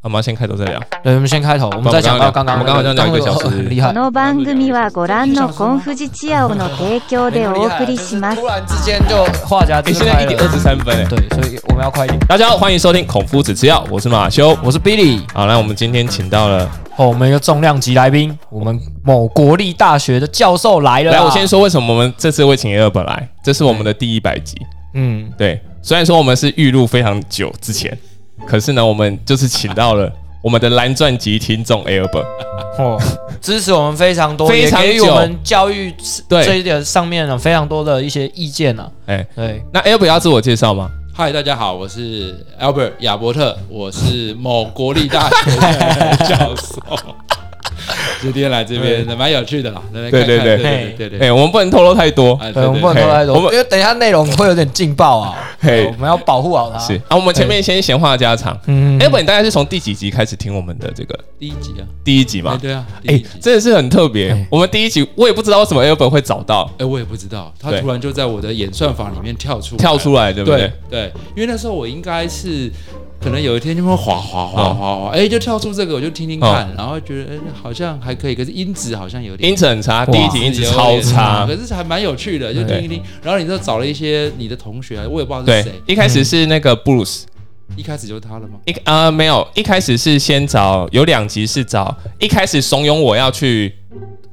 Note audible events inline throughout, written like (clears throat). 我们先开头再聊。对，我们先开头，我们再讲到刚刚我们刚刚讲到一个小时很厉害こ。の番組はご覧のコンフジチアオの提供でお送りします突。然之间就画家哎、自现拍在了一点二十三分哎、对，所以我们要快一点。大家好，欢迎收听《孔夫子之药》，我是马修。我是 Billy，好，那我们今天请到了，哦，我们一个重量级来宾，我们某国立大学的教授来了。来，我先，说为什么我们这次会请 Air 来，这是我们的第一百集。嗯，对，虽然说我们是预录非常久之前，可是呢，我们就是请到了我们的蓝钻级听众 Air。 (laughs) 哦，支持我们非常多，非常久也给予我们教育对这一点上面呢非常多的一些意见呢、哎、对，那 Air 要自我介绍吗？嗨，大家好，我是 Albert 亚伯特，我是某国立大学 (laughs) 的教授。今天来这边蛮有趣的啦，对来看看对对对对对对哎、，我们不能透露太多。哎对，我们不能拖太多，嘿我们因为等一下内容会有点劲爆啊，嘿我们要保护好它。是，哎啊，我们前面先闲话家常。嗯 Air，你大概是从第几集开始听我们的这个第一集啊，第一集吗哎？对啊，第哎、一集，真的是很特别。哎我们第一集我也不知道为什么 Albert 会找到哎，我也不知道，他对突然就在我的演算法里面跳出跳出来，对不对？对对，因为那时候我应该是可能有一天就会滑滑哦滑滑滑，哎，就跳出这个，我就听听看，然后觉得哎好像还可以，可是音质好像有点音质很差，第一集音质超差啊可。是还蛮有趣的，就听一听。然后你就找了一些你的同学，我也不知道是对谁，，一开始是那个布鲁斯，一开始就是他了吗？一呃没有，一开始是先找有两集是找一开始怂恿我要去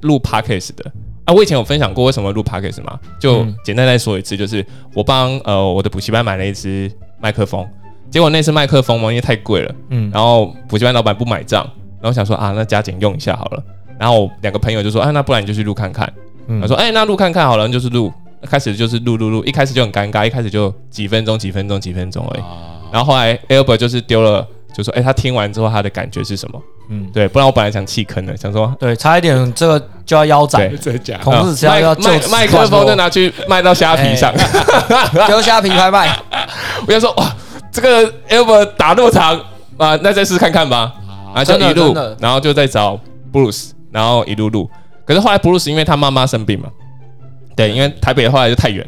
录 podcast 的啊，我以前有分享过为什么录 podcast 嘛，就嗯简单再说一次，就是我帮呃我的补习班买了一支麦克风，结果那支麦克风嘛因为太贵了，嗯，然后补习班老板不买账，然后想说啊，那加减用一下好了。然后我两个朋友就说，啊，那不然你就去录看看。嗯我说，哎、那录看看好了，那就是录。开始就是录录录，一开始就很尴尬，一开始就几分钟、几分钟、几分钟而已。啊，然后后来 Albert 就是丢了，就说，哎、他听完之后他的感觉是什么？嗯，对，不然我本来想弃坑的，想说。对，差一点这个就要腰斩对，真的假孔子只要麦要麦就麦克 (laughs) 风就拿去卖到虾皮哎上，丢下皮拍卖。我就说哇，这个 Albert 打那么长啊，那再试看看吧。啊，就真的一路真的，然后就在找布鲁斯，然后一路录。可是后来布鲁斯因为他妈妈生病嘛，对，因为台北后来就太远，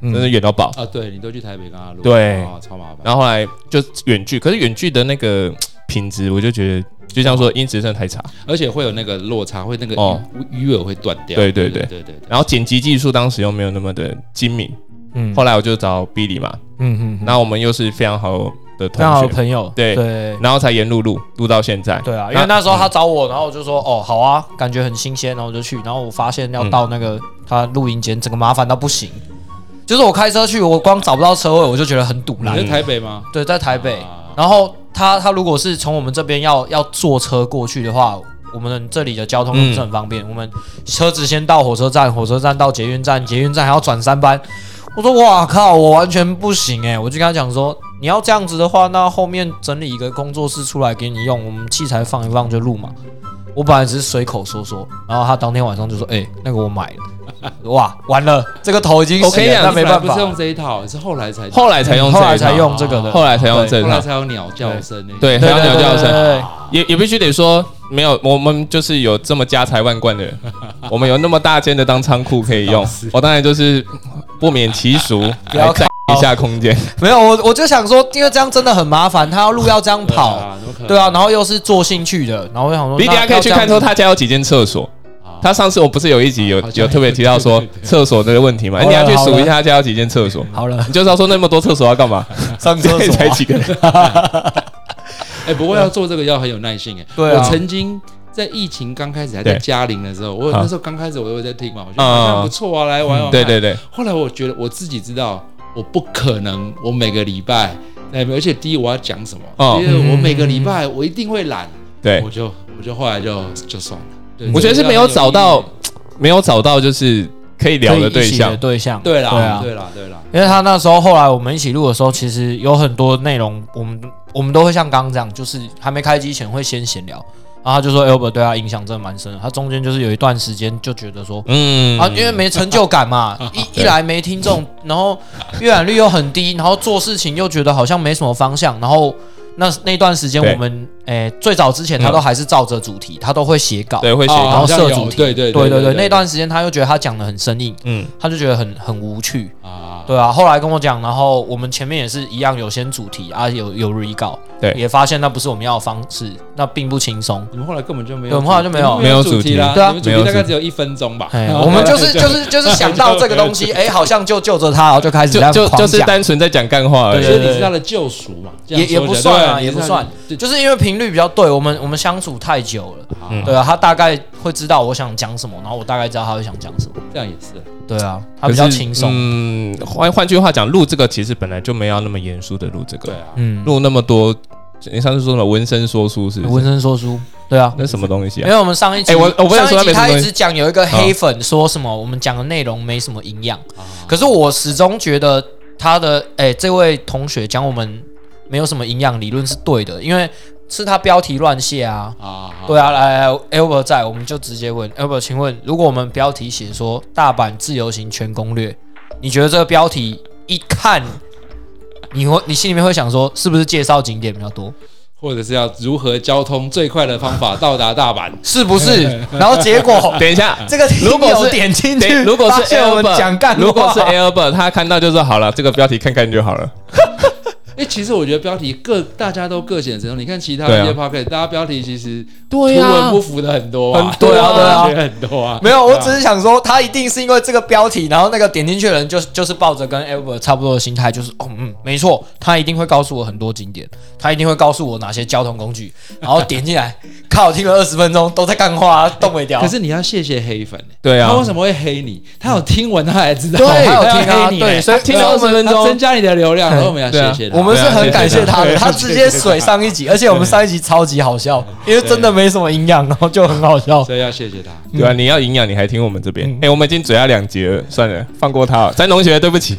嗯真的远到爆。啊，对你都去台北跟他录，对啊，超麻烦。然后后来就远距，可是远距的那个品质，我就觉得，就像说音质真的太差。而且会有那个落差，会那个哦鱼鱼尾会断掉。对对对对对对对。然后剪辑技术当时又没有那么的精明，嗯后来我就找 Billy 嘛，嗯嗯，那我们又是非常好的非常好的同学，朋友，对对然后才沿路录录到现在。对啊，因为那时候他找我，然后我就说哦好啊，感觉很新鲜，然后我就去，然后我发现要到那个他录音间，整个麻烦到不行，就是我开车去，我光找不到车位，我就觉得很堵你然在。台北吗？对，在台北啊，然后他他如果是从我们这边要要坐车过去的话。我们这里的交通嗯不是很方便，我们车子先到火车站，火车站到捷运站，捷运站还要转三班。我说哇靠，我完全不行诶、我就跟他讲说，你要这样子的话，那后面整理一个工作室出来给你用，我们器材放一放就录嘛。我本来只是随口说说，然后他当天晚上就说，哎、那个我买了，哇，完了，这个头已经我跟你洗了讲那没办本来不法是，用这一套，是后来才，后来才用这嗯后一套，来才用这个的，后来才用这一后套来。才有鸟叫声欸那个。对，还对有对鸟对叫对声，对也也必须得说，没有我们就是有这么家财万贯的 (laughs) 人，我们有那么大间的当仓库可以用，我当然就是不免其俗 (laughs) 不来要占一下空间。没有，我我就想说，因为这样真的很麻烦，他要路要这样对跑，啊，怎么可能对啊，然后又是做兴趣的， (laughs) 然后我想说，你等一下那可以去看说那他家有几间厕所。啊他上次我不是有一集有好像有特别提到说对对对对厕所这个问题嘛？好你了要去数好一了下他家有几间厕所，好了，你就知道说那么多厕所要干嘛？ (laughs) 上厕所啊才几个人？哎，不过要做这个要很有耐心哎。对啊我曾经在疫情刚开始还在对嘉陵的时候，我好那时候刚开始我有在听嘛，我觉得好像不错啊，来玩 (laughs) 嗯玩。对对。对，后来我觉得我自己知道，我不可能，我每个礼拜，哎，而且第一我要讲什么，哦第二我每个礼拜我一定会懒，对我，就我就后来就就算了。嗯对我觉得是没有找到，没有找到就是可以聊的对可以一起象的。对象，对啦，对啊，对啦，对啦，因为他那时候后来我们一起录的时候，其实有很多内容，我们我们都会像刚刚这样，就是还没开机前会先闲聊，然后他就说哎 Albert 对他啊影响真的蛮深的，他中间就是有一段时间就觉得说。嗯啊，因为没成就感嘛， (laughs) 一一来没听众，然后阅览率又很低，然后做事情又觉得好像没什么方向，然后那那段时间对嗯我们诶，最早之前他都还是照着主题，他都会写稿。对，会写哦稿然后好像设有主题对对对对对，那段时间他又觉得他讲的很生硬，嗯，他就觉得很很无趣。啊，对啊，后来跟我讲，然后我们前面也是一样，有先主题啊，有有 re 稿，对也发现那不是我们要的方式，那并不轻 (laughs) 松。你们后来根本就没有对主题，我们后来就没有你们没有主主题啦，对啊你们主没题有大概主题只有一分钟吧。啊哎，然后我们就是就就是就是想到这个东 (laughs) 西，哎，好像就就着它，然后就开始就这样就狂就是讲，单纯在讲干话而对已。所以你是他的救赎嘛？这样也也说不起来算啊，对也不你是他的算，就是因为频率比较对，我们我们相处太久了，嗯对啊，他大概会知道我想讲什么，然后我大概知道他会想讲什么，这样也是。对啊，他比较可是轻松，嗯，换换句话讲，录这个其实本来就没有要那么严肃的录这对个，啊，嗯，录那么多，你上次说什么纹身说书是不文是？身说书，对啊，那什么东西因啊？为我们上一集，哎我我不能上说他一集没什么他东西一直讲有一个黑粉说什么，我们讲的内容没什么营养，可是我始终觉得他的哎、这位同学讲我们没有什么营养理论是对的，因为是他标题乱写啊。啊，对啊，来来，Albert 在，我们就直接问 Albert，请问，如果我们标题写说“大阪自由行全攻略”，你觉得这个标题一看，你会你心里面会想说，是不是介绍景点比较多？或者是要如何交通最快的方法到达大阪？是不是？然后结 (laughs) 果等一下，这个听友如果是 (laughs) 点进去，对，如果发是现我 Albert，们讲干话，如果是 Albert，他看到就说好了，这个标题看看就好了。哎，其实我觉得标题各大家都各显神通。你看其他对的啊一些 p o c k e t 大家标题其实对图呀文不符的很多啊，啊很对啊对啊我觉得很多啊。没有，我只是想说，他一定是因为这个标题，然后那个点进去的人就是就是抱着跟 Albert 差不多的心态，就是哦嗯，没错，他一定会告诉我很多景点，他一定会告诉我哪些交通工具，然后点进来， (laughs) 靠，听了二十分钟都在干话，啊动没掉。可是你要谢谢黑粉欸，对啊他为什么会黑你？他有听闻，他才知道，对他他有听啊黑你欸，对所以他听对啊了二我十们分钟，增加你的流量，然后我们要对啊谢谢他。我们是很感谢他对的，啊他直接水上一集，而且我们上一集超级好笑，因为真的没什么营养，然后就很好笑。所以要谢谢他。对啊，你要营养，你还听我们这边？哎、我们已经嘴他两节了，算了，放过他哦。詹同学，对不起。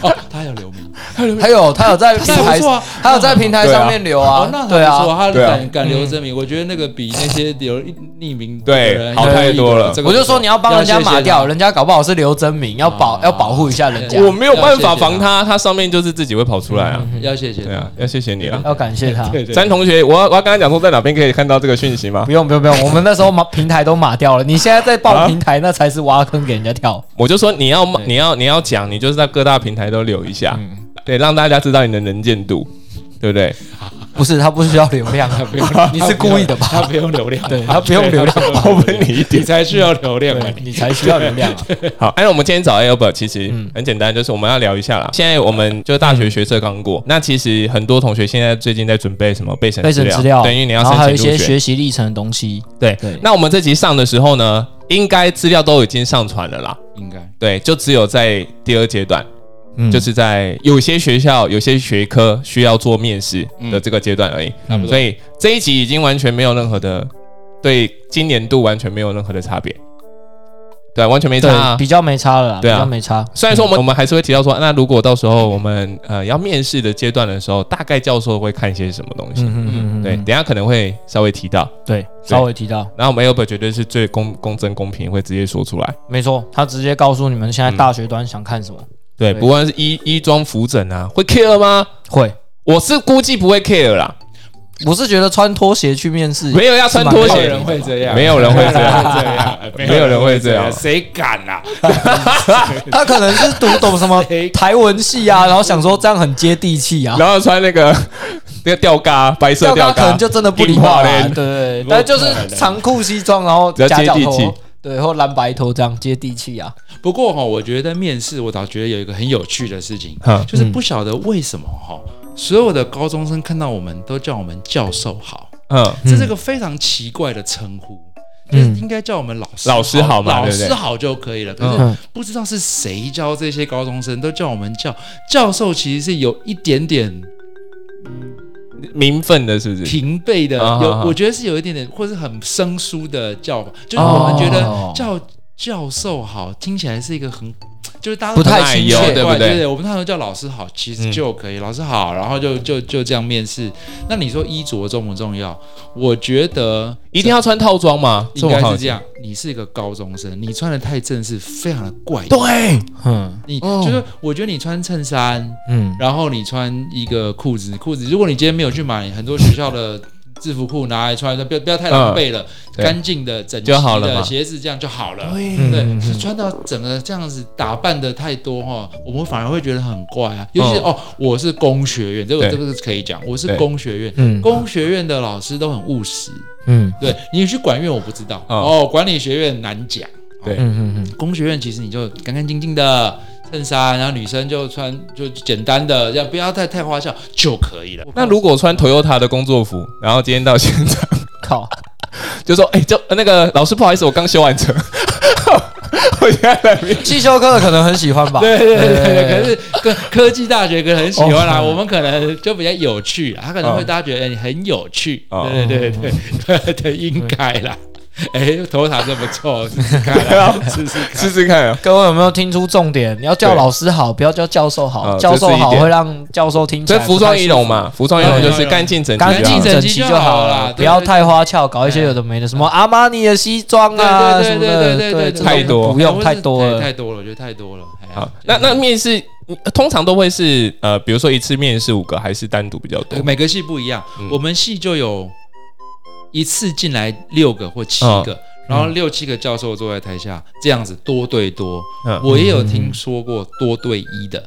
哦，他有留名，还有他有在那平还台不错啊，他有在平台上面留哦啊，，那还不对啊错，他对啊敢敢留真名，我觉得那个比那些留匿名的对人好有太意义多了这个我就说你要帮人家码要谢掉，谢人家搞不好是刘真名，要保啊要保护一下人家对啊，我没有办法防他，他上面就是自己会跑出来啊。他要嗯谢谢对他啊，，要谢谢你啊，要感谢他。对对，詹同学，我要我要跟他讲说，在哪边可以看到这个讯息吗不？用不用不用，我们那时候码平台都码掉了，你现在在报平台，那才是挖坑给人家跳。我就说你要你要你要讲，你就是在各大平台都留一下，对，让大家知道你的能见度，对不对？不是他不需要流量啊， (laughs) 你是故意的吧？他不用流量，对他不用流量， (laughs) 我问你一你点。才需要流量啊对！你才需要流量啊。好，按照我们今天嗯找 Albert，其实很简单，就是我们要聊一下啦。现在我们就大学学测刚嗯过，那其实很多同学现在最近在准备什么备审备审资料，等于你要然申后还有一请些入学。学习历程的东西。对对，那我们这集上的时候呢，应该资料都已经上传了啦。应该对，就只有在第二阶段，嗯就是在有些学校、有些学科需要做面试嗯的这个阶段而已。差不多所以这一集已经完全没有任何的对今年度完全没有任何的差别，对，完全没差、对嗯啊。比较没差了啦，比对啊较没差。虽然说我们我们还是会提到说，那如果到时候我们呃要面试的阶段的时候，大概教授会看一些什么东西？嗯嗯嗯嗯，对，等一下可能会稍微提到。对，稍微提到，然后我们 Albert 绝对是最公公正公平，会直接说出来。没错，他直接告诉你们现嗯在大学端想看什么，对，对不管是衣衣装服整啊，会 care 吗？会。我是估计不会 care 啦，我是觉得穿拖鞋去面试，没有要穿拖没有鞋，人会这样，没有人会这样 (laughs) 样，没有人会这样谁敢啊？他可能是读懂什么 (laughs) 台文系啊，然后想说这样很接地气啊，然后穿那个那个 (laughs) 吊嘎，白色吊吊嘎嘎，可能就真的不礼貌硬化啊嘞对对对，但就是长裤西装，然后比较夹接脚地拖气，对，或蓝白拖这样接地气啊，不过哈、我觉得面试我倒觉得有一个很有趣的事情嗯，就是不晓得为什么哈、所有的高中生看到我们都叫我们教授好，嗯，这是个非常奇怪的称呼。就是应该叫我们老师老师好嘛老对不对师好就可以了。可嗯是不知道是谁教这些高中生，都叫我们叫教授，其实是有一点点名分的是不是？平辈的，啊有啊啊我觉得是有一点点，或是很生疏的叫法，就是我们觉哦得叫教授好，听起来是一个很，就是大家不太奶亲油切对不对对？我们通常叫老师好，其实嗯就可以，老师好，然后就就就这样面试。那你说衣着重不重要？我觉得一定要穿套装吗？应该是这样。样。你是一个高中生，你穿的太正式，非常的怪。对，嗯你哦就是，我觉得你穿衬衫，嗯，然后你穿一个裤子，裤子，如果你今天没有去买很多学校的制服裤拿来穿，不要不要太狼狈了，呃对干净的、整齐就好了嘛的鞋子这样就好了。对嗯对，是穿到整个这样子打扮的太多哈，我们反而会觉得很怪啊。尤其是、嗯哦，我是工学院，这个对这个是可以讲，我是对工学院，嗯工学院的老师都很务实。嗯对你去管院我不知道、嗯哦，管理学院难讲。对嗯嗯工学院其实你就干干净净的衬衫，然后女生就穿就简单的，这样不要太太花哨就可以了。那如果穿 Toyota 的工作服，然后今天到现场，靠，就说：“哎、就那个老师，不好意思，我刚修完车， (laughs) 我现在来。汽修科的可能很喜 (laughs) 欢吧？ (laughs) 对 (laughs) 对对对对对，可是科科技大学可能很喜欢啦，哦我们可能就比较有趣啊，他可能会嗯大家觉得你很有趣，哦对对对对 (laughs) 对对，应该啦。哎，头塔这不错，试试看啦，试试”看。试试看啊，各位有没有听出重点？你要叫老师好，不要叫教授好。呃教授好这是一点会让教授听起这来服装仪容嘛，服装仪容就是嗯干净整不齐啊，太舒服，干净整整齐齐就就好好了了，不要太花俏，搞一些有的没的，什么阿玛尼的西装啊对什对么对的，对对对对，这种太多不用太多哎了太。多了，我觉得太多了。哎呀好，那那面试嗯通常都会是呃，比如说一次面试五个，还是单独比较多呃？每个系不一样，嗯我们系就有一次进来六个或七个，哦然后六七个教授坐在台下，这样子多对多。嗯我也有听说过多对一的，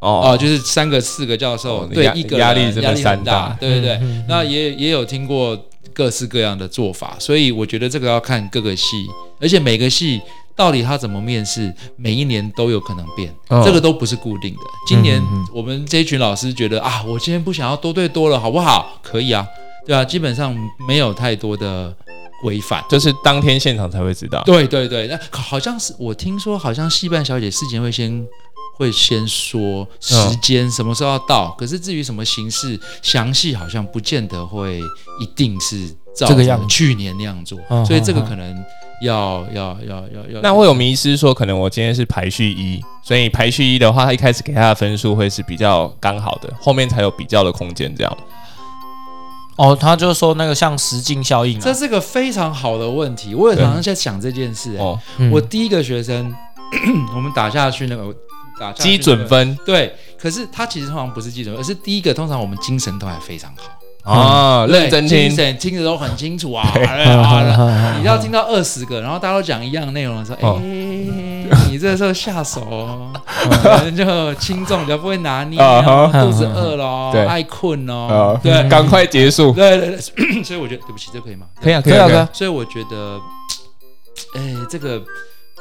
哦、哦，就是三个四个教授哦对压一个压人力真的压力山很大大，对对对。嗯嗯 (laughs) 那也也有听过各式各样的做法，所以我觉得这个要看各个系，而且每个系。到底他怎么面试，每一年都有可能变，哦这个都不是固定的。今年嗯嗯嗯我们这一群老师觉得啊，我今天不想要多对多了，好不好？可以啊，对啊，基本上没有太多的规范。啊就是当天现场才会知道。对对对，那好像是我听说，好像戏办小姐事前会先会先说时间什么时候要嗯到，可是至于什么形式，详细好像不见得会一定是照这个着样子去年那样做，嗯所以这个嗯嗯可能要要要要要那会有迷失说，可能我今天是排序一，所以排序一的话，他一开始给他的分数会是比较刚好的，后面才有比较的空间这样。哦，他就说那个像实境效应啊，这是个非常好的问题，我也常常在想这件事、欸哦，嗯我第一个学生， (clears throat) 我们打下去那个打下去那基个准分对，可是他其实通常不是基准分，而是第一个通常我们精神都还非常好。啊，对认真精听。神听得都很清楚啊。嗯哎嗯啊嗯嗯 (laughs) 你要听到二十个，然后大家都讲一样的内容的时候，哦哎，你这时候下手哦， (laughs) 可能就轻重比较不会拿捏啊哦，哈肚子饿咯对，爱困啊哦，，对赶快结束。对对对， (coughs) 所以我觉得对不起，这可以吗？可以啊，可以啊可以啊，所以我觉得，哎，这个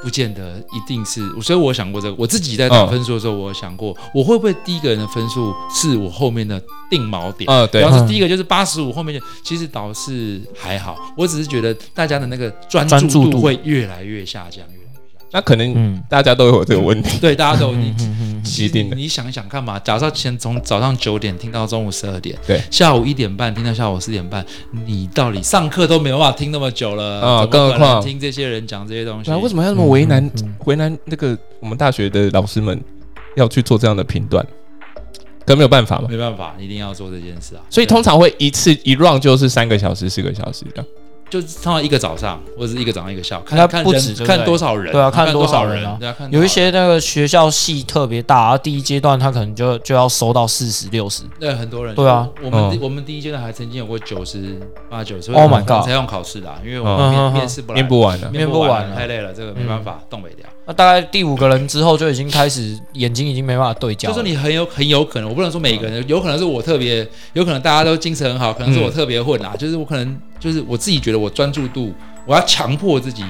不见得一定是，所以我想过这个，我自己在打嗯分数的时候，我有想过，我会不会第一个人的分数是我后面的定锚点？嗯，对然，后是第一个就是八十五，后面就其实倒是还好，我只是觉得大家的那个专专注注度度会越来越下降，越来越下那可能嗯大家都有这个问题。降。对，大家都有你。嗯其一实定你的你想一想看嘛，假设先从早上九点听到中午十二点，对下午一点半听到下午四点半，你到底上课都没有办法听那么久了，啊怎么更何可能况听这些人讲这些东西对啊，，为什么要那么为难为难那个我们大学的老师们要去做这样的评断？可没有办法嘛。没办法，一定要做这件事啊。所以通常会一次一 round 就是三个小时、四个小时这样。就是通常一个早上或者是一个早上一个下午，应该看看不人止对不对看多少人，对啊看看多少少人啊对啊，看多有一少人些那个学校系特别大，然后第一阶段他可能就就要收到四十六十，对，很多人。对啊我们、嗯我们第一阶段还曾经有过九十八九十 Oh my god 才用考试的啊、因为我嗯们嗯面、嗯面试不来念不完了、面面不完嗯了啊太累了，这个没办法，动不了。那大概第五个人之后就已经开始眼睛已经没办法对焦就了，是你很有很有可能，我不能说每个人，有可能是我特别，有可能大家都精神很好，可能是嗯我特别混啊，就是我可能就是我自己觉得我专注度，我要强迫自己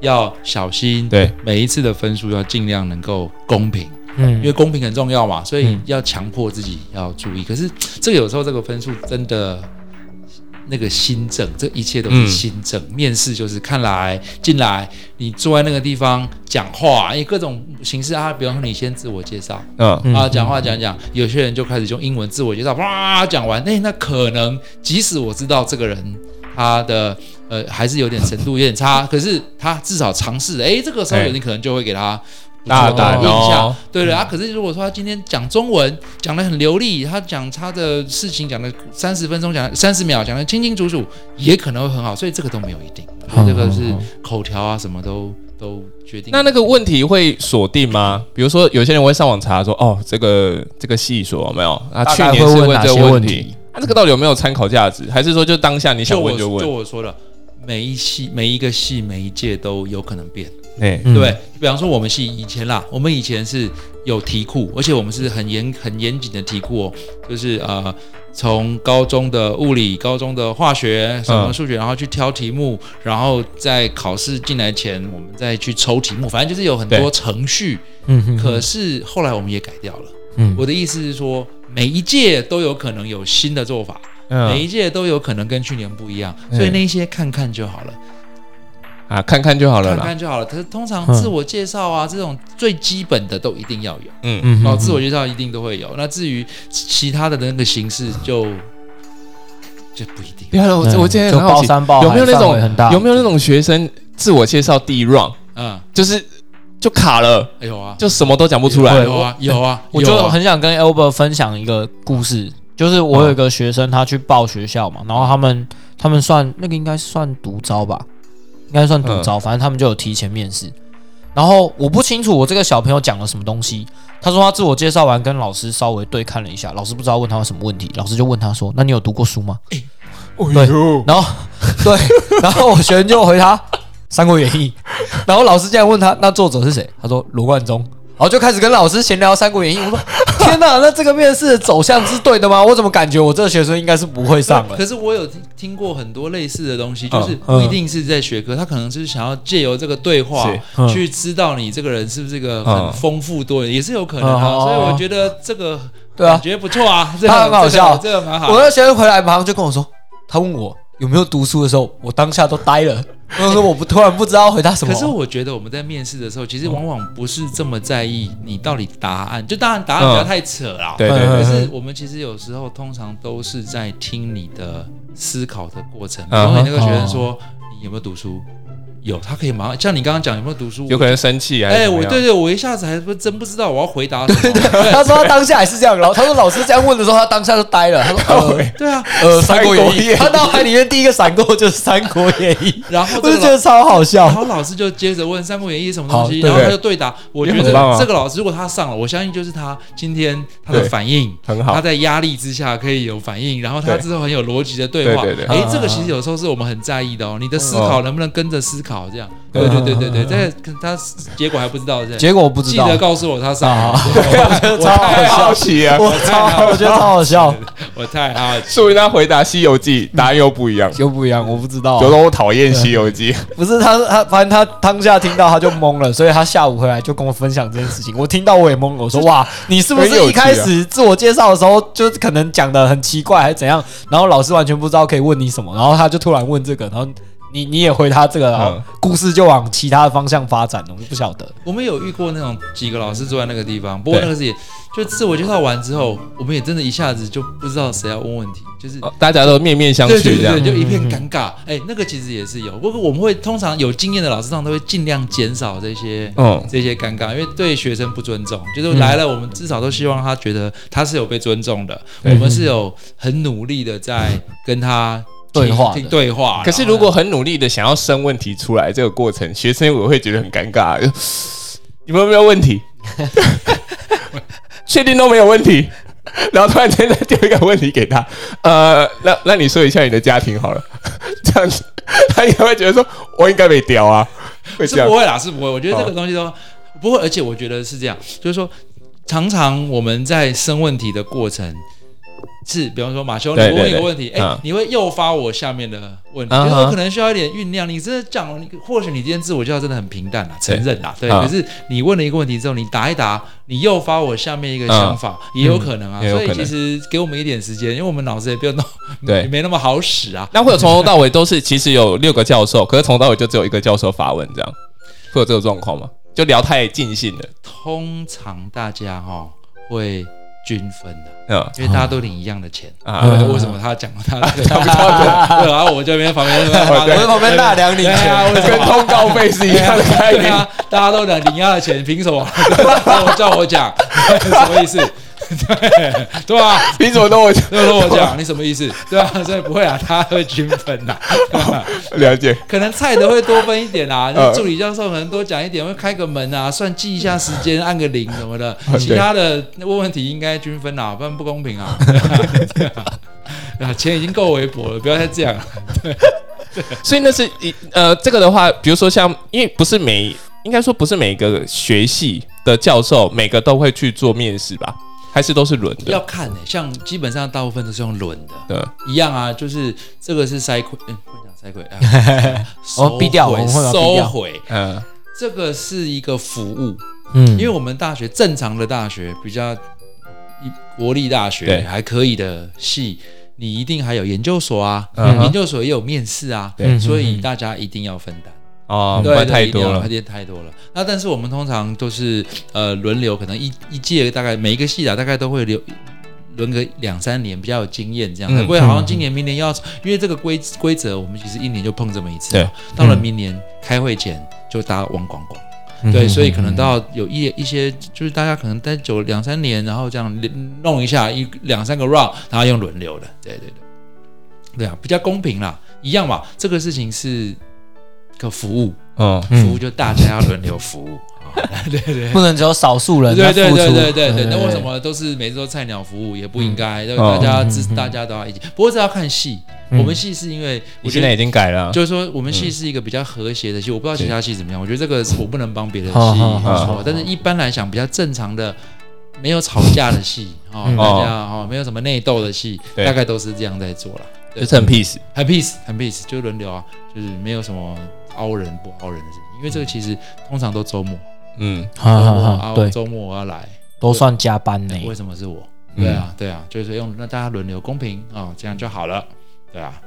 要小心，对，每一次的分数要尽量能够公平。嗯，因为公平很重要嘛，所以嗯要强迫自己要注意。可是这个有时候这个分数真的那个新政，这一切都是新政。嗯面试就是看来进来，你坐在那个地方讲话，因为各种形式啊，比方说你先自我介绍嗯，啊，讲话讲讲，有些人就开始用英文自我介绍，哇，讲完，那那可能即使我知道这个人他的。呃，还是有点程度有点差，可是他至少尝试了。哎，这个时候哎你可能就会给他不错大的胆印象哦，对了啊，可是如果说他今天讲中文讲得很流利，他讲他的事情讲的三十分钟讲三十秒讲得清清楚楚，也可能会很好，所以这个都没有一定，嗯这个是哦嗯口条啊什么都都决定。那那个问题会锁定吗？比如说，有些人会上网查说，哦，这个这个系所有没有？啊，大去概年会是问问哪这些个问题题，那、这个到底有没有参考价值？还是说就当下你就想我问就问？我说了，每一系每一个系每一届都有可能变，哎、对不对？比方说我们系以前啦，我们以前是有题库，而且我们是很严很严谨的题库哦，就是呃。从高中的物理、高中的化学、什么嗯数学，然后去挑题目，然后在考试进来前，我们再去抽题目，反正就是有很对多程序。嗯可是后来我们也改掉了。嗯我的意思是说，每一届都有可能有新的做法，每嗯一届都有可能跟去年不一样，嗯所以那些看看就好了，啊，看看就好了看啦。看就好了。可是通常嗯自我介绍啊，这种最基本的都一定要有，嗯，嗯哦，自我介绍一定都会有。那至于其他的那个形式就，嗯就不一定。对啊，我我今天嗯就很好包奇，山包海有没有那范围很大种有没有那种学生自我介绍第一 round 嗯，就是就卡了，有啊，就什么都讲不出来有？啊，有啊，我有就啊很想跟 Albert 分享一个故事，就是我有一个学生，他去报学校嘛，然后他们他们算那个应该算独招吧，应该算嗯独招，反正他们就有提前面试。然后我不清楚我这个小朋友讲了什么东西，他说他自我介绍完跟老师稍微对看了一下，老师不知道问他什么问题，老师就问他说：“那你有读过书吗？”对，然后对，然后我学生就回他《三国演义》，然后老师竟然问他那作者是谁，他说罗贯中，然后就开始跟老师闲聊《三国演义》。我说天哪，那这个面试的走向是对的吗？我怎么感觉我这个学生应该是不会上可的？可是我有听听过很多类似的东西，就是嗯不一定是在学科，他可能就是想要借由这个对话是嗯去知道你这个人是不是一个嗯很丰富多元，也是有可能啊。嗯所以我觉得这个对啊感觉不错啊，这个他很好笑这个这个蛮好我。那学生回来马上就跟我说，他问我有没有读书的时候，我当下都呆了，我说嗯我不突然不知道回答什么。可是我觉得我们在面试的时候，其实往往不是这么在意你到底答案，就当然答案不要嗯太扯啦。对对对嗯可是我们其实有时候通常都是在听你的思考的过程。比嗯如哼你那个学生说你有没有读书，有，他可以马上像你刚刚讲有没有读书，有可能生气还是哎，怎么我样对对，我一下子还不真不知道我要回答什么。 (laughs) 他说他当下也是这样，然后他说老师这样问的时候，他当下就呆了。他 (laughs) 说呃对啊，，呃，《三国演三国义演》，义他脑海里面第一个闪过就是《三国演义》然后我就这觉个得老。超好然笑。后老师就接着问《三国演义》什么好东西，对然后他就对答。我也觉很得棒啊这个老师如果他上了，我相信就是他今天他的对反应，很他好，在压力之下可以有反应，然后他对之后很有逻辑的对话。对对对诶啊这个其实有时候是我们很在意的哦，你的思考能不能跟着思哦考这样？对对对对对，这个可他结果还不知道这样。结果我不知记道，得告诉我他上啊了，我超好太太好奇啊！ (laughs) 我超，我觉得超好笑， (laughs) 我太好奇。 (laughs) 说不定他回答《西游记》答案又不一样，又不一样，我不知哦道啊、就说我讨厌《西游记》，不是他，他反正他当下听到他就懵了，所以他下午回来就跟我分享这件事情。我听到我也懵了，我说哇，你是不很有是趣一啊开始自我介绍的时候就可能讲的很奇怪还是怎样？然后老师完全不知道可以问你什么，然后他就突然问这个，然后你你也回他这个，然后嗯故事就往其他的方向发展了，我就不晓得。我们有遇过那种几个老师坐在那个地方，不过对那个是也就自我介绍完之后，我们也真的一下子就不知道谁要问问题，就是哦 (laughs) 大家都面面相对觑对这样对，。就一片尴尬。哎、那个其实也是有，不过我们会通常有经验的老师上都会尽量减少这些。嗯，这些尴尬，因为对学生不尊重，就是来了，我们至少都希望他觉得他是有被尊重的，对我们是有很努力的在跟他对话的听对话。可是然后如果很努力的想要生问题出来，这个过程学生我会觉得很尴 (laughs) 尬。就你们有没有问题？确定都没有问题， (laughs) 然后突然间再丢一个问题给他，呃，那那你说一下你的家庭好了， (laughs) 这样子他也会觉得说我应该被屌啊，会这是样哦不。会啦，是不会。我觉得这个东西都、不会，而且我觉得是这样，就是说，常常我们在生问题的过程。是，比方说马修，你对问对一个对问题，哎、嗯你会诱发我下面的问题，嗯就哼是我可能需要一点酝酿。你真的讲了，你或许你今天自我介绍真的很平淡啦，对承认啦，对。嗯可是你问了一个问题之后，你答一答，你诱发我下面一个想法，也有可能啊。嗯也有所可能以其实给我们一点时间，因为我们脑子也不用弄，对也没那么好使啊。那会有从头到尾都是，其实有六个教授，可是从头到尾就只有一个教授发问，这样会有这种状况吗？就聊太尽兴了，通常大家哈、哦、会均分的、嗯因为大家都领一样的钱啊啊，对为什么他讲他这个他不知道对，然后我这边旁边对 (laughs) 我在旁边大量领哦对啊，钱，，为什跟么？通告费是一样的概对念。啊，大家都领领一样的钱，凭什么？ (laughs) 我叫我讲， (laughs) 什么意思？ (laughs) 对对吧？ (laughs) 凭什么都我对，说我讲，你什么意思？对啊，所以不会啊，他会均分的、对吧了解？可能菜的会多分一点啦、呃那助理教授可能多讲一点，会开个门啊，算计一下时间，按个铃什么的嗯。其他的问问题应该均分啦、不然不公平啊。啊， (laughs) 钱已经够微薄了，不要再这样啊了。所以那是一呃，这个的话，比如说像，因为不是每应该说不是每个学系的教授每个都会去做面试吧，还是都是轮要的？看呢、像基本上大部分都是用轮的，对，一样啊，就是这个是塞亏，嗯，不能讲塞亏啊 (laughs) 我们避哦掉收回我们会把它避掉收回。嗯、这个是一个服务， (laughs) 嗯因为我们大学正常的大学比较，一国立大学对还可以的系，你一定还有研究所啊，嗯哼研究所也有面试啊，对所以大家一定要分担。哦，不对，然对太一定多要了一。定太多了。那但是我们通常都是呃轮流，可能一一届大概每一个系啊，大概都会留轮个两三年，比较有经验这样。嗯才不会啊好像今年、明年要，因为这个规规则，我们其实一年就碰这么一次嘛。到了明年开会前就大家忘光光。嗯对，所以可能到有一一些，就是大家可能待久两三年，然后这样弄一下一两三个 round，然后用轮流的，对对对，对啊，比较公平啦，一样嘛。这个事情是个服务，嗯，服务就大家要轮流服务。不能只有少数人对在对付对出对对对，那为什对么都是每次都菜鸟服务也不应该？对哦大家知大家都要一起，不过这要看戏。我们戏是因为你我现觉在得已经改了啊，就是说我们戏是一个比较和谐的戏，我不知道其他戏怎么样。我觉得这个是我不能帮别的戏好好好说好，但是一般来讲比较正常的。没有吵架的戏哦，嗯大家哦，没有什么内斗的戏，对大概都是这样在做啦。对就是很 peace。很 peace，很 peace，就轮流啊，就是没有什么凹人不凹人的事情，因为这个其实通常都周末，嗯，哈周哈末哈，啊，对，周末我要来，都算加班呢。为什么是我？嗯对啊，对啊，就是用让大家轮流公平啊、哦，这样就好了，对啊，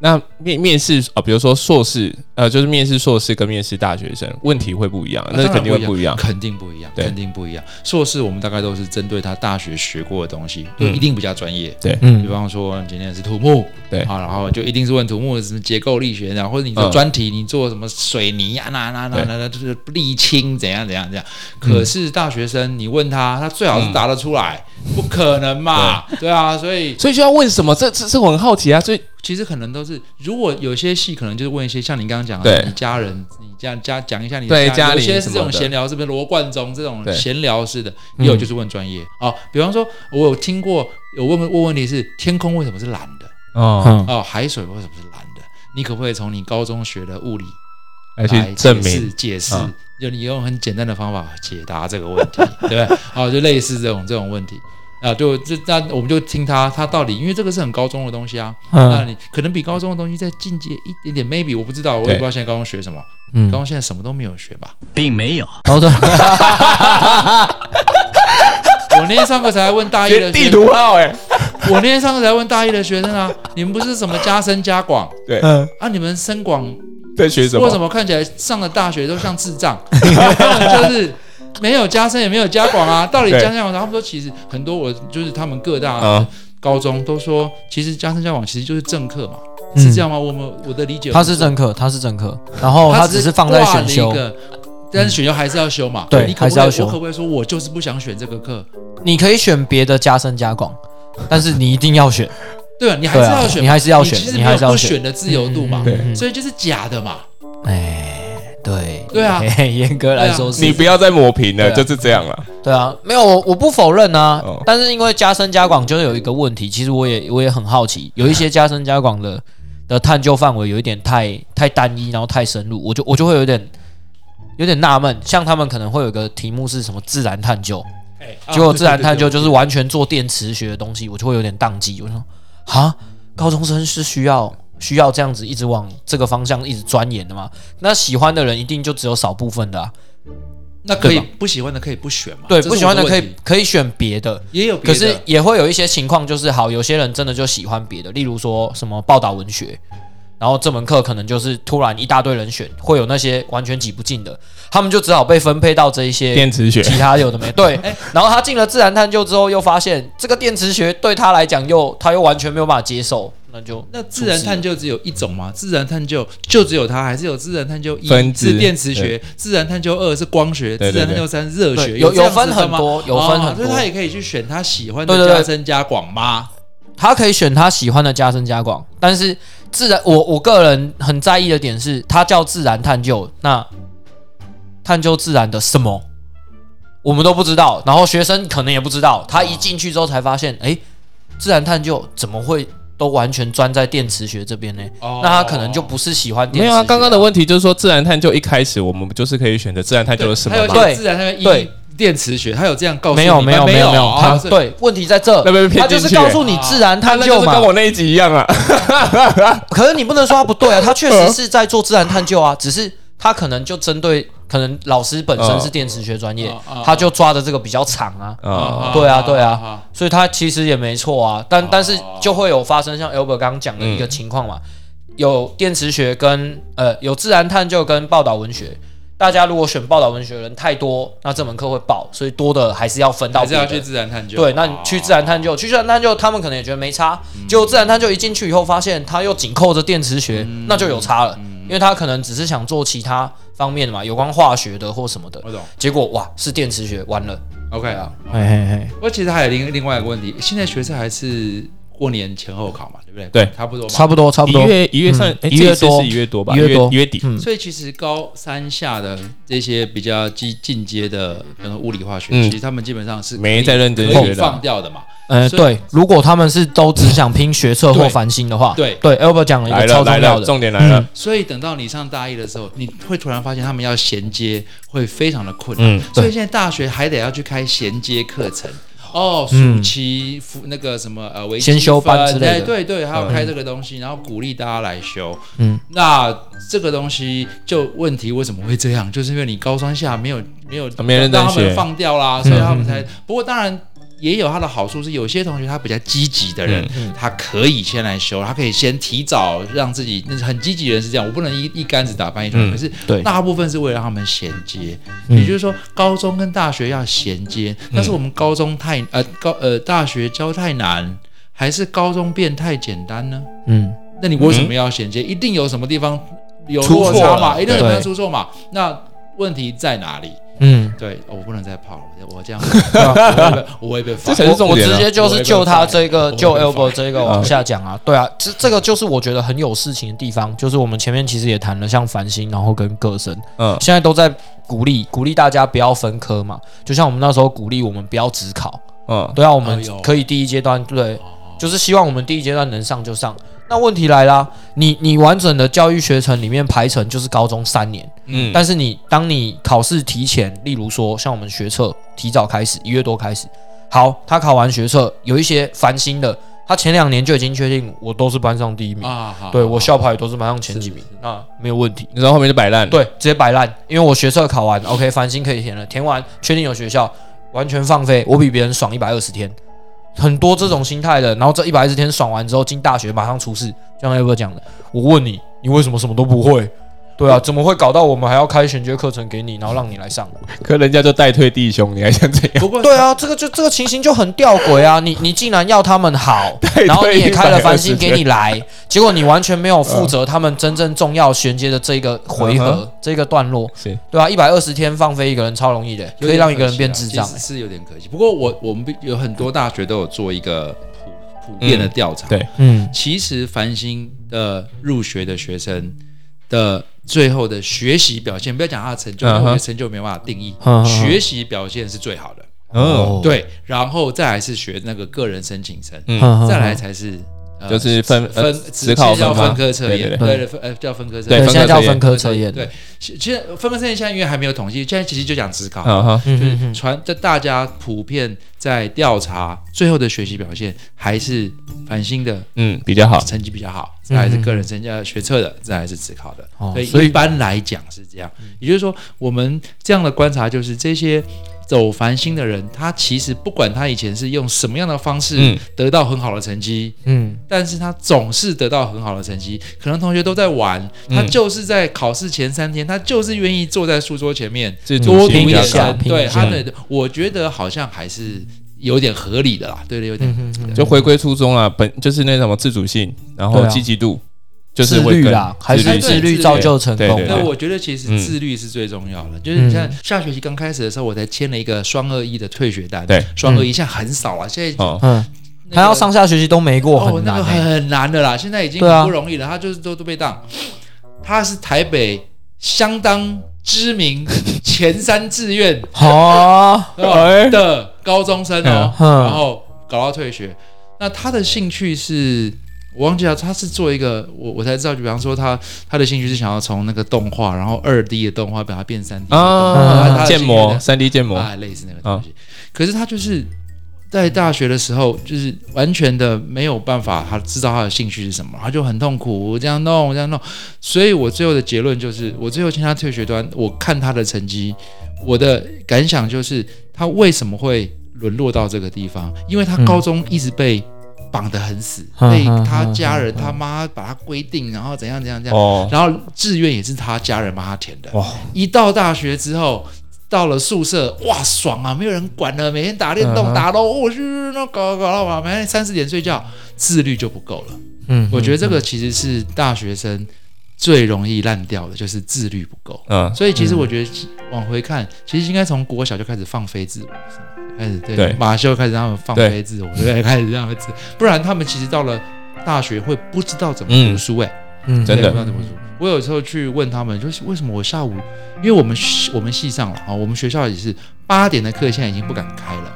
那面面试啊、呃比如说硕士，呃，就是面试硕士跟面试大学生，问题会不一样，那当然肯定会啊不一样。肯定不一样，对肯定不一样。硕士我们大概都是针对他大学学过的东西，就嗯一定比较专业。比嗯，方说今天是土木，对啊，然后就一定是问土木什么结构力学，然后或者你做嗯专题，你做什么水泥啊，那那那那那就是沥青怎样怎样怎样。可是大学生，你问他，他最好是答得出来，不可能嘛？对啊，所以所以就要问什么？这这这我很好奇啊。所以其实可能都是，如果有些戏可能就是问一些像你刚刚讲对的，你家人，你家家讲一下你对的家有里些是这什么种的闲聊，是不是罗贯中这种对嗯闲聊式的，也有就是问专业哦。比方说，我有听过有问问问题是天空为什么是蓝的？哦，嗯哦，海水为什么是蓝的？你可不可以从你高中学的物理来来去证解释明，解释嗯？就你用很简单的方法解答这个问 (laughs) 题，对不对？哦，就类似这种这种问题啊，就就那我们就听他他到底，因为这个是很高中的东西啊，那嗯你可能比高中的东西再进阶一点点，maybe 我不知道，我也对不知道现在高中学什么，嗯，高中现在什么都没有学吧？并没有。然后对，我那天上课才问大一的地学生，图炮哎、我那天上课才问大一的学生啊，你们不是什么加深加广对，嗯，啊？你们深广在学什么？为什么看起来上了大学都像智障？ (laughs) 他们就是没有加深也没有加广啊。到底对加深加广，他们说其实很多我就是他们各大啊高中都说，其实加深加广其实就是政课嘛，嗯是这样吗？我们我的理解，他是政客，他是政客，然后他只是放在选修挂。了一个。但是选修还是要修嘛？对你可不可以还是要修我可不可以说，我就是不想选这个课？你可以选别的加深加广，但是你一定要选。对啊，你还对是啊要，选你嘛，还是要选其，实你没还有是要不选的自由度嘛嗯嗯嗯嗯，所以就是假的嘛。哎，对，对啊嘿 (laughs) 严格来说你是不，要再抹平了，对啊就是这样了。对啊，没有，我我不否认啊哦，但是因为加深加广就是有一个问题，其实我也我也很好奇，有一些加深加广的的探究范围有一点太太单一，然后太深入，我就我就会有点有点纳闷，像他们可能会有一个题目是什么自然探究，哎啊啊结果自然探究就是完全做电磁学的东西，我就会有点宕机。我就说，啊，高中生是需要需要这样子一直往这个方向一直钻研的吗？那喜欢的人一定就只有少部分的啊。那可以对吧不喜欢的可以不选嘛？对，啊这是不喜欢的我可问以题可以选别的，也有别可的，是也会有一些情况，就是好，有些人真的就喜欢别的，例如说什么报道文学，然后这门课可能就是突然一大堆人选，会有那些完全挤不进的，他们就只好被分配到这一些电磁学，其他有的没对，然后他进了自然探究之后，又发现这个电磁学对他来讲又他又完全没有办法接受，那就那自然探究只有一种吗？自然探究就只有它，还是有自然探究一分支是电磁学，自然探究二是光学，对对对自然探究三是热对学，有这样子有分很多吗有分很多哦所以他也可以去选他喜欢对的对对加深加广吗？他可以选他喜欢的加深加广，但是自然我我个人很在意的点是，他叫自然探究，那探究自然的什么，我们都不知道，然后学生可能也不知道，他一进去之后才发现，诶，自然探究怎么会都完全专在电磁学这边呢？哦那他可能就不是喜欢电没磁有啊，学刚刚的问题就是说，自然探究一开始我们就是可以选择自然探究对是什还有么嘛？一些对自然还有一对电磁学，他有这样告诉没有你没有吗没有没有哦，他是对问题在这那，被骗他就是进去告诉你自然探啊那究就是嘛跟。我那一集一样啊。可是你不能说他不对 (laughs) 啊，他确实是在做自然探究啊，只是他可能就针对可能老师本身是电磁学专业嗯嗯嗯，他就抓的这个比较长啊。啊，对啊，对啊，，所以他其实也没错啊，但但是就会有发生像 Albert 刚刚讲的一个情况嘛，嗯有电磁学跟呃有自然探究跟报道文学，大家如果选报道文学的人太多，那这门课会爆，所以多的还是要分到还是要别的去自然探究。哦对，那你去自然探哦究，去自然探究，他们可能也觉得没差。嗯结果自然探究一进去以后，发现他又紧扣着电磁学，嗯那就有差了，因为他可能只是想做其他方面的嘛，有关化学的或什么的。嗯我懂结果哇，是电磁学，完了。 ，OK 啊。嘿嘿嘿，不过其实还有另另外一个问题，现在学测还是过年前后考嘛，对不对？对差不多嘛。差不多，差不一多。月一月上嗯诶一月这次多是一月多吧，一一月多一月底。嗯所以其实高三下的这些比较激进阶的，可能物理化学，嗯其实他们基本上是没可以在认真可以学的放掉的嘛。呃，所以对，如果他们是都只想拼学测或对繁星的话，对对，Albert 讲了一来个了超来重要了，的，重点来了。所以等到你上大一的时候，你会突然发现他们要衔接会非常的困难。嗯，所以现在大学还得要去开衔接课程。哦，暑期辅、那个什么呃，微积分嗯先修班之类的哎对对，还有开这个东西，然后鼓励大家来修。嗯，那这个东西就问题为什么会这样？就是因为你高三下没有没有啊没认真让他们学放掉啦，所以嗯他们才。不过当然。也有他的好处是，有些同学他比较积极的人，嗯他可以先来修，他可以先提早让自己那很积极的人是这样，我不能一一竿子打翻一船。嗯可是对大部分是为了让他们衔接，嗯也就是说，高中跟大学要衔接，但嗯是我们高中太呃高呃大学教太难，还是高中变太简单呢？嗯，那你为什么要衔接？一定有什么地方有出落错差了嘛，一定有对地方出错嘛？那问题在哪里？嗯， (laughs) 对，哦我不能再泡了，我这样 (laughs) 我会被我会被罚这才是重我点啊直接就是就他这个我就会被 elbow 罚这个往下讲啊，对啊，这这个就是我觉得很有事情的地方，就是我们前面其实也谈了像繁星，然后跟个生，嗯现在都在鼓励鼓励大家不要分科嘛，就像我们那时候鼓励我们不要只考，嗯，对啊，我们哎呦可以第一阶段对，就是希望我们第一阶段能上就上。那问题来啦，你你完整的教育学程里面排程就是高中三年，嗯但是你当你考试提前，例如说像我们学测提早开始，一月多开始，好，他考完学测，有一些烦心的，他前两年就已经确定我都是班上第一名，啊，好对好我校牌也都是班上前几是名是，那没有问题。你知道后面就摆烂。对，直接摆烂，因为我学测考完，OK，繁星可以填了，填完确定有学校，完全放飞，我比别人爽一百二十天，很多这种心态的。然后这一百二十天爽完之后，进大学马上出事，就像 Ever 讲的，我问你，你为什么什么都不会？对啊，怎么会搞到我们还要开衔接课程给你，然后让你来上？可人家就代退弟兄，你还想怎样？不过对啊，这个就这个情形就很吊诡啊！你你竟然要他们 (laughs) 好，然后你也开了繁星给你来，结果你完全没有负责他们真正重要衔接的这个回合、嗯哼这个段落， (laughs) 是对啊，一百二十天放飞一个人超容易的，可以有点让一个人可惜啊变智障、其欸。实是有点可惜。不过我我们有很多大学都有做一个普普遍的调查，嗯对，嗯其实繁星的入学的学生的最后的学习表现，不要讲他的成就，因为嗯哼我觉得成就没办法定义嗯哼，学习表现是最好的，嗯，对，然后再来是学那个个人申请生，嗯再来才是。呃就是分呃分职考其实叫分吗分科测验，对对对对，分呃叫分科测对验嗯对，分现在科叫测验分科测验。对，其其实分科测验现在因为还没有统计，现在其实就讲职考，嗯哈，嗯就是嗯嗯传，这大家普遍在调查最后的学习表现，还是繁星的嗯，比较好。嗯成绩比较好，再来是个人成绩呃学测的，再来是职考的。哦所所以以一般来讲是这样，嗯也就是说，我们这样的观察就是这些。走繁星的人，他其实不管他以前是用什么样的方式嗯得到很好的成绩，嗯，但是他总是得到很好的成绩。可能同学都在玩，他嗯就是在考试前三天，他就是愿意坐在书桌前面自主多性嗯读比一较下高点，拼一对下他的，我觉得好像还是有点合理的啦，对对，有嗯点合理的。就回归初衷啊，本就是那什么自主性，然后对啊积极度，就是自会律跟啦，还自是律自自律律造就成功对对那对啊。我觉得其实嗯自律是最重要的，就是嗯你看下学期刚开始的时候，我才签了一个双二一的退学单，对，双二一现在很少啊了，现在哦， (laughs) 嗯，那个他要上下学期都没过，哦，很那难个欸、很难的啦，现在已经对啊很不容易了，他就是都都被当，他是台北相当知名前三志愿好啊，哎的高中生哦，嗯然后搞到退学，那他的兴趣是我忘记了，他是做一个我我才知道，就比方说他他的兴趣是想要从那个动画，然后二 D 的动画把它变三 D 啊，建模三 D 建模，啊，类似那个东西。可是他就是在大学的时候，就是完全的没有办法，他知道他的兴趣是什么，他就很痛苦，这样弄这样弄。所以我最后的结论就是，我最后签他退学端，我看他的成绩，我的感想就是他为什么会沦落到这个地方，因为他嗯高中一直被。绑得很死，嗯被嗯他嗯家人、嗯他妈把他规定，然后怎样怎样怎样，哦，然后志愿也是他家人帮他填的。哇一到大学之后，到了宿舍，哇，爽啊，没有人管了，每天打电嗯动、打喽，我去那搞搞搞到晚，每天三四点睡觉，自律就不够了。嗯我觉得这个其实是大学生最容易烂掉的，就是自律不够。嗯，所以其实我觉得往回看，其实应该从国小就开始放飞自我，是吗开始对对马修开始让他们放对飞自我，对，开始让他们自，不然他们其实到了大学会不知道怎么读书、欸，哎、嗯真的对不知道怎么读。我有时候去问他们，就是为什么我下午，因为我们系我们系上了啊，我们学校也是八点的课现在已经不敢开了，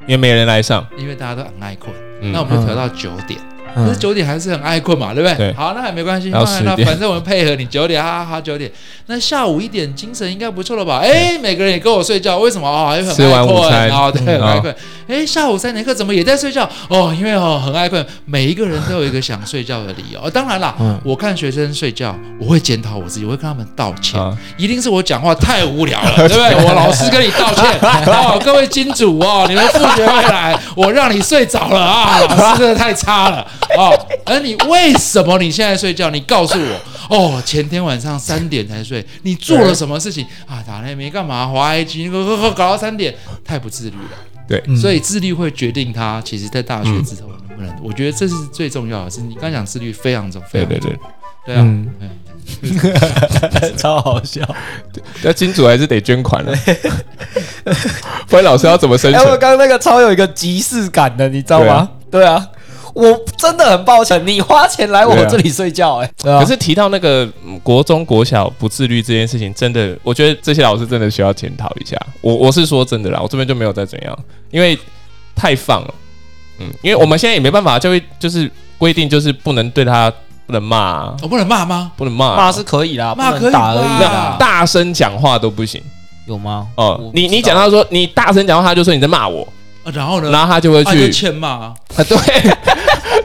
因为没人来上，因为大家都很爱困。嗯那我们就调到九点，可是九点还是很爱困嘛，对不对？对好，那也没关系，然后那10那点反正我们配合你九点，哈哈哈，九点。那下午一点精神应该不错了吧？哎，每个人也跟我睡觉，为什么哦？因为吃很爱完困午餐哦，对，嗯很爱困。哎，下午三节课怎么也在睡觉？哦，因为哦很爱困。每一个人都有一个想睡觉的理由。哦当然啦，嗯我看学生睡觉，我会检讨我自己，我会跟他们道歉。啊，一定是我讲话太无聊了，对不对？我老师跟你道歉哦，各位金主哦，你们复学回来，我让你睡着了啊，老师真的太差了哦。而你为什么你现在睡觉？你告诉我哦，前天晚上三点才睡，你做了什么事情啊？打雷没干嘛，滑 IG，呵呵呵搞到三点，太不自律了。对，所以自律会决定他其实在大学之后能不能，我觉得这是最重要的是，你刚讲自律非常重，非对对常重，对，对啊，嗯对 (laughs) 超好笑。那金主还是得捐 (laughs) 款了，啊不然老师要怎么生哎、我存？刚刚那个超有一个即视感的，你知道吗？对啊，我真的很抱歉，你花钱来我对啊这里睡觉、哎、对啊，可是提到那个嗯国中、国小不自律这件事情，真的，我觉得这些老师真的需要检讨一下。我我是说真的啦，我这边就没有再怎样，因为太放了，嗯，因为我们现在也没办法，就会就是规定就是不能对他不能骂、啊，哦我不能骂吗？不能骂啊、骂是可以啦，骂不能可以打而吧已没有啦。大声讲话都不行有吗？哦、我不你知你道讲到说你大声讲话，他就说你在骂我，啊然后呢？然后他就会啊你就去欠骂啊！啊， (laughs) 对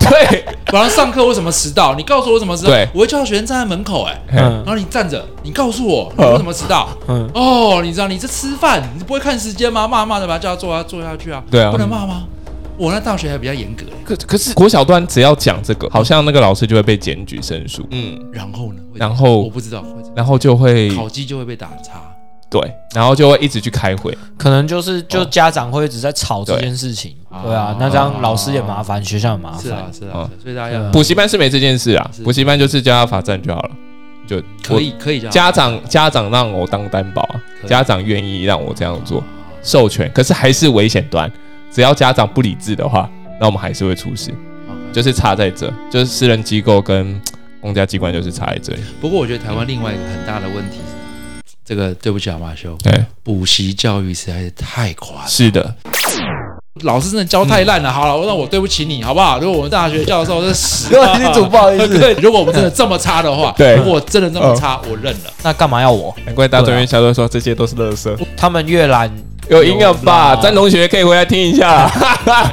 对晚上上课为什么迟到？你告诉我怎么迟到对？我会叫学生站在门口、欸，哎，嗯然后你站着，你告诉我你为什么迟到？嗯哦，你知道你这吃饭，你不会看时间吗？骂骂的把他叫他坐啊，坐下去啊，对啊不能骂吗？我那大学还比较严格、欸，可可是国小端只要讲这个，好像那个老师就会被检举申诉，嗯，然后呢？会然后我不知道，会怎么然后就会考绩就会被打叉。对，然后就会一直去开会，可能就是就家长会一直在吵这件事情，对对哦啊啊，那这样老师也麻烦，学校也麻是啊烦，，是嗯啊，是啊所以大家要补习班是没这件事啊是，补习班就是叫他罚站就好了，就可以可以这我样家长家长让我当担保啊，可以家长愿意让我这样做，授权，可是还是危险端，只要家长不理智的话，那我们还是会出事。 OK 就是差在这，就是私人机构跟公家机关就是差在这里。不过我觉得台湾另外一个很大的问题是，这个对不起啊，马修，对，补习教育实在是太夸张。是的，老师真的教太烂了，好了，那我对不起你，好不好？如果我们大学教授是死，对 (laughs) 不起主不好意思对，如果我们真的这么差的话，对如果真的那么差，我认了。那干嘛要我？难怪大专院校都说这些都是垃圾。他们越懒啊有营养吧？有啦詹同学可以回来听一下啦。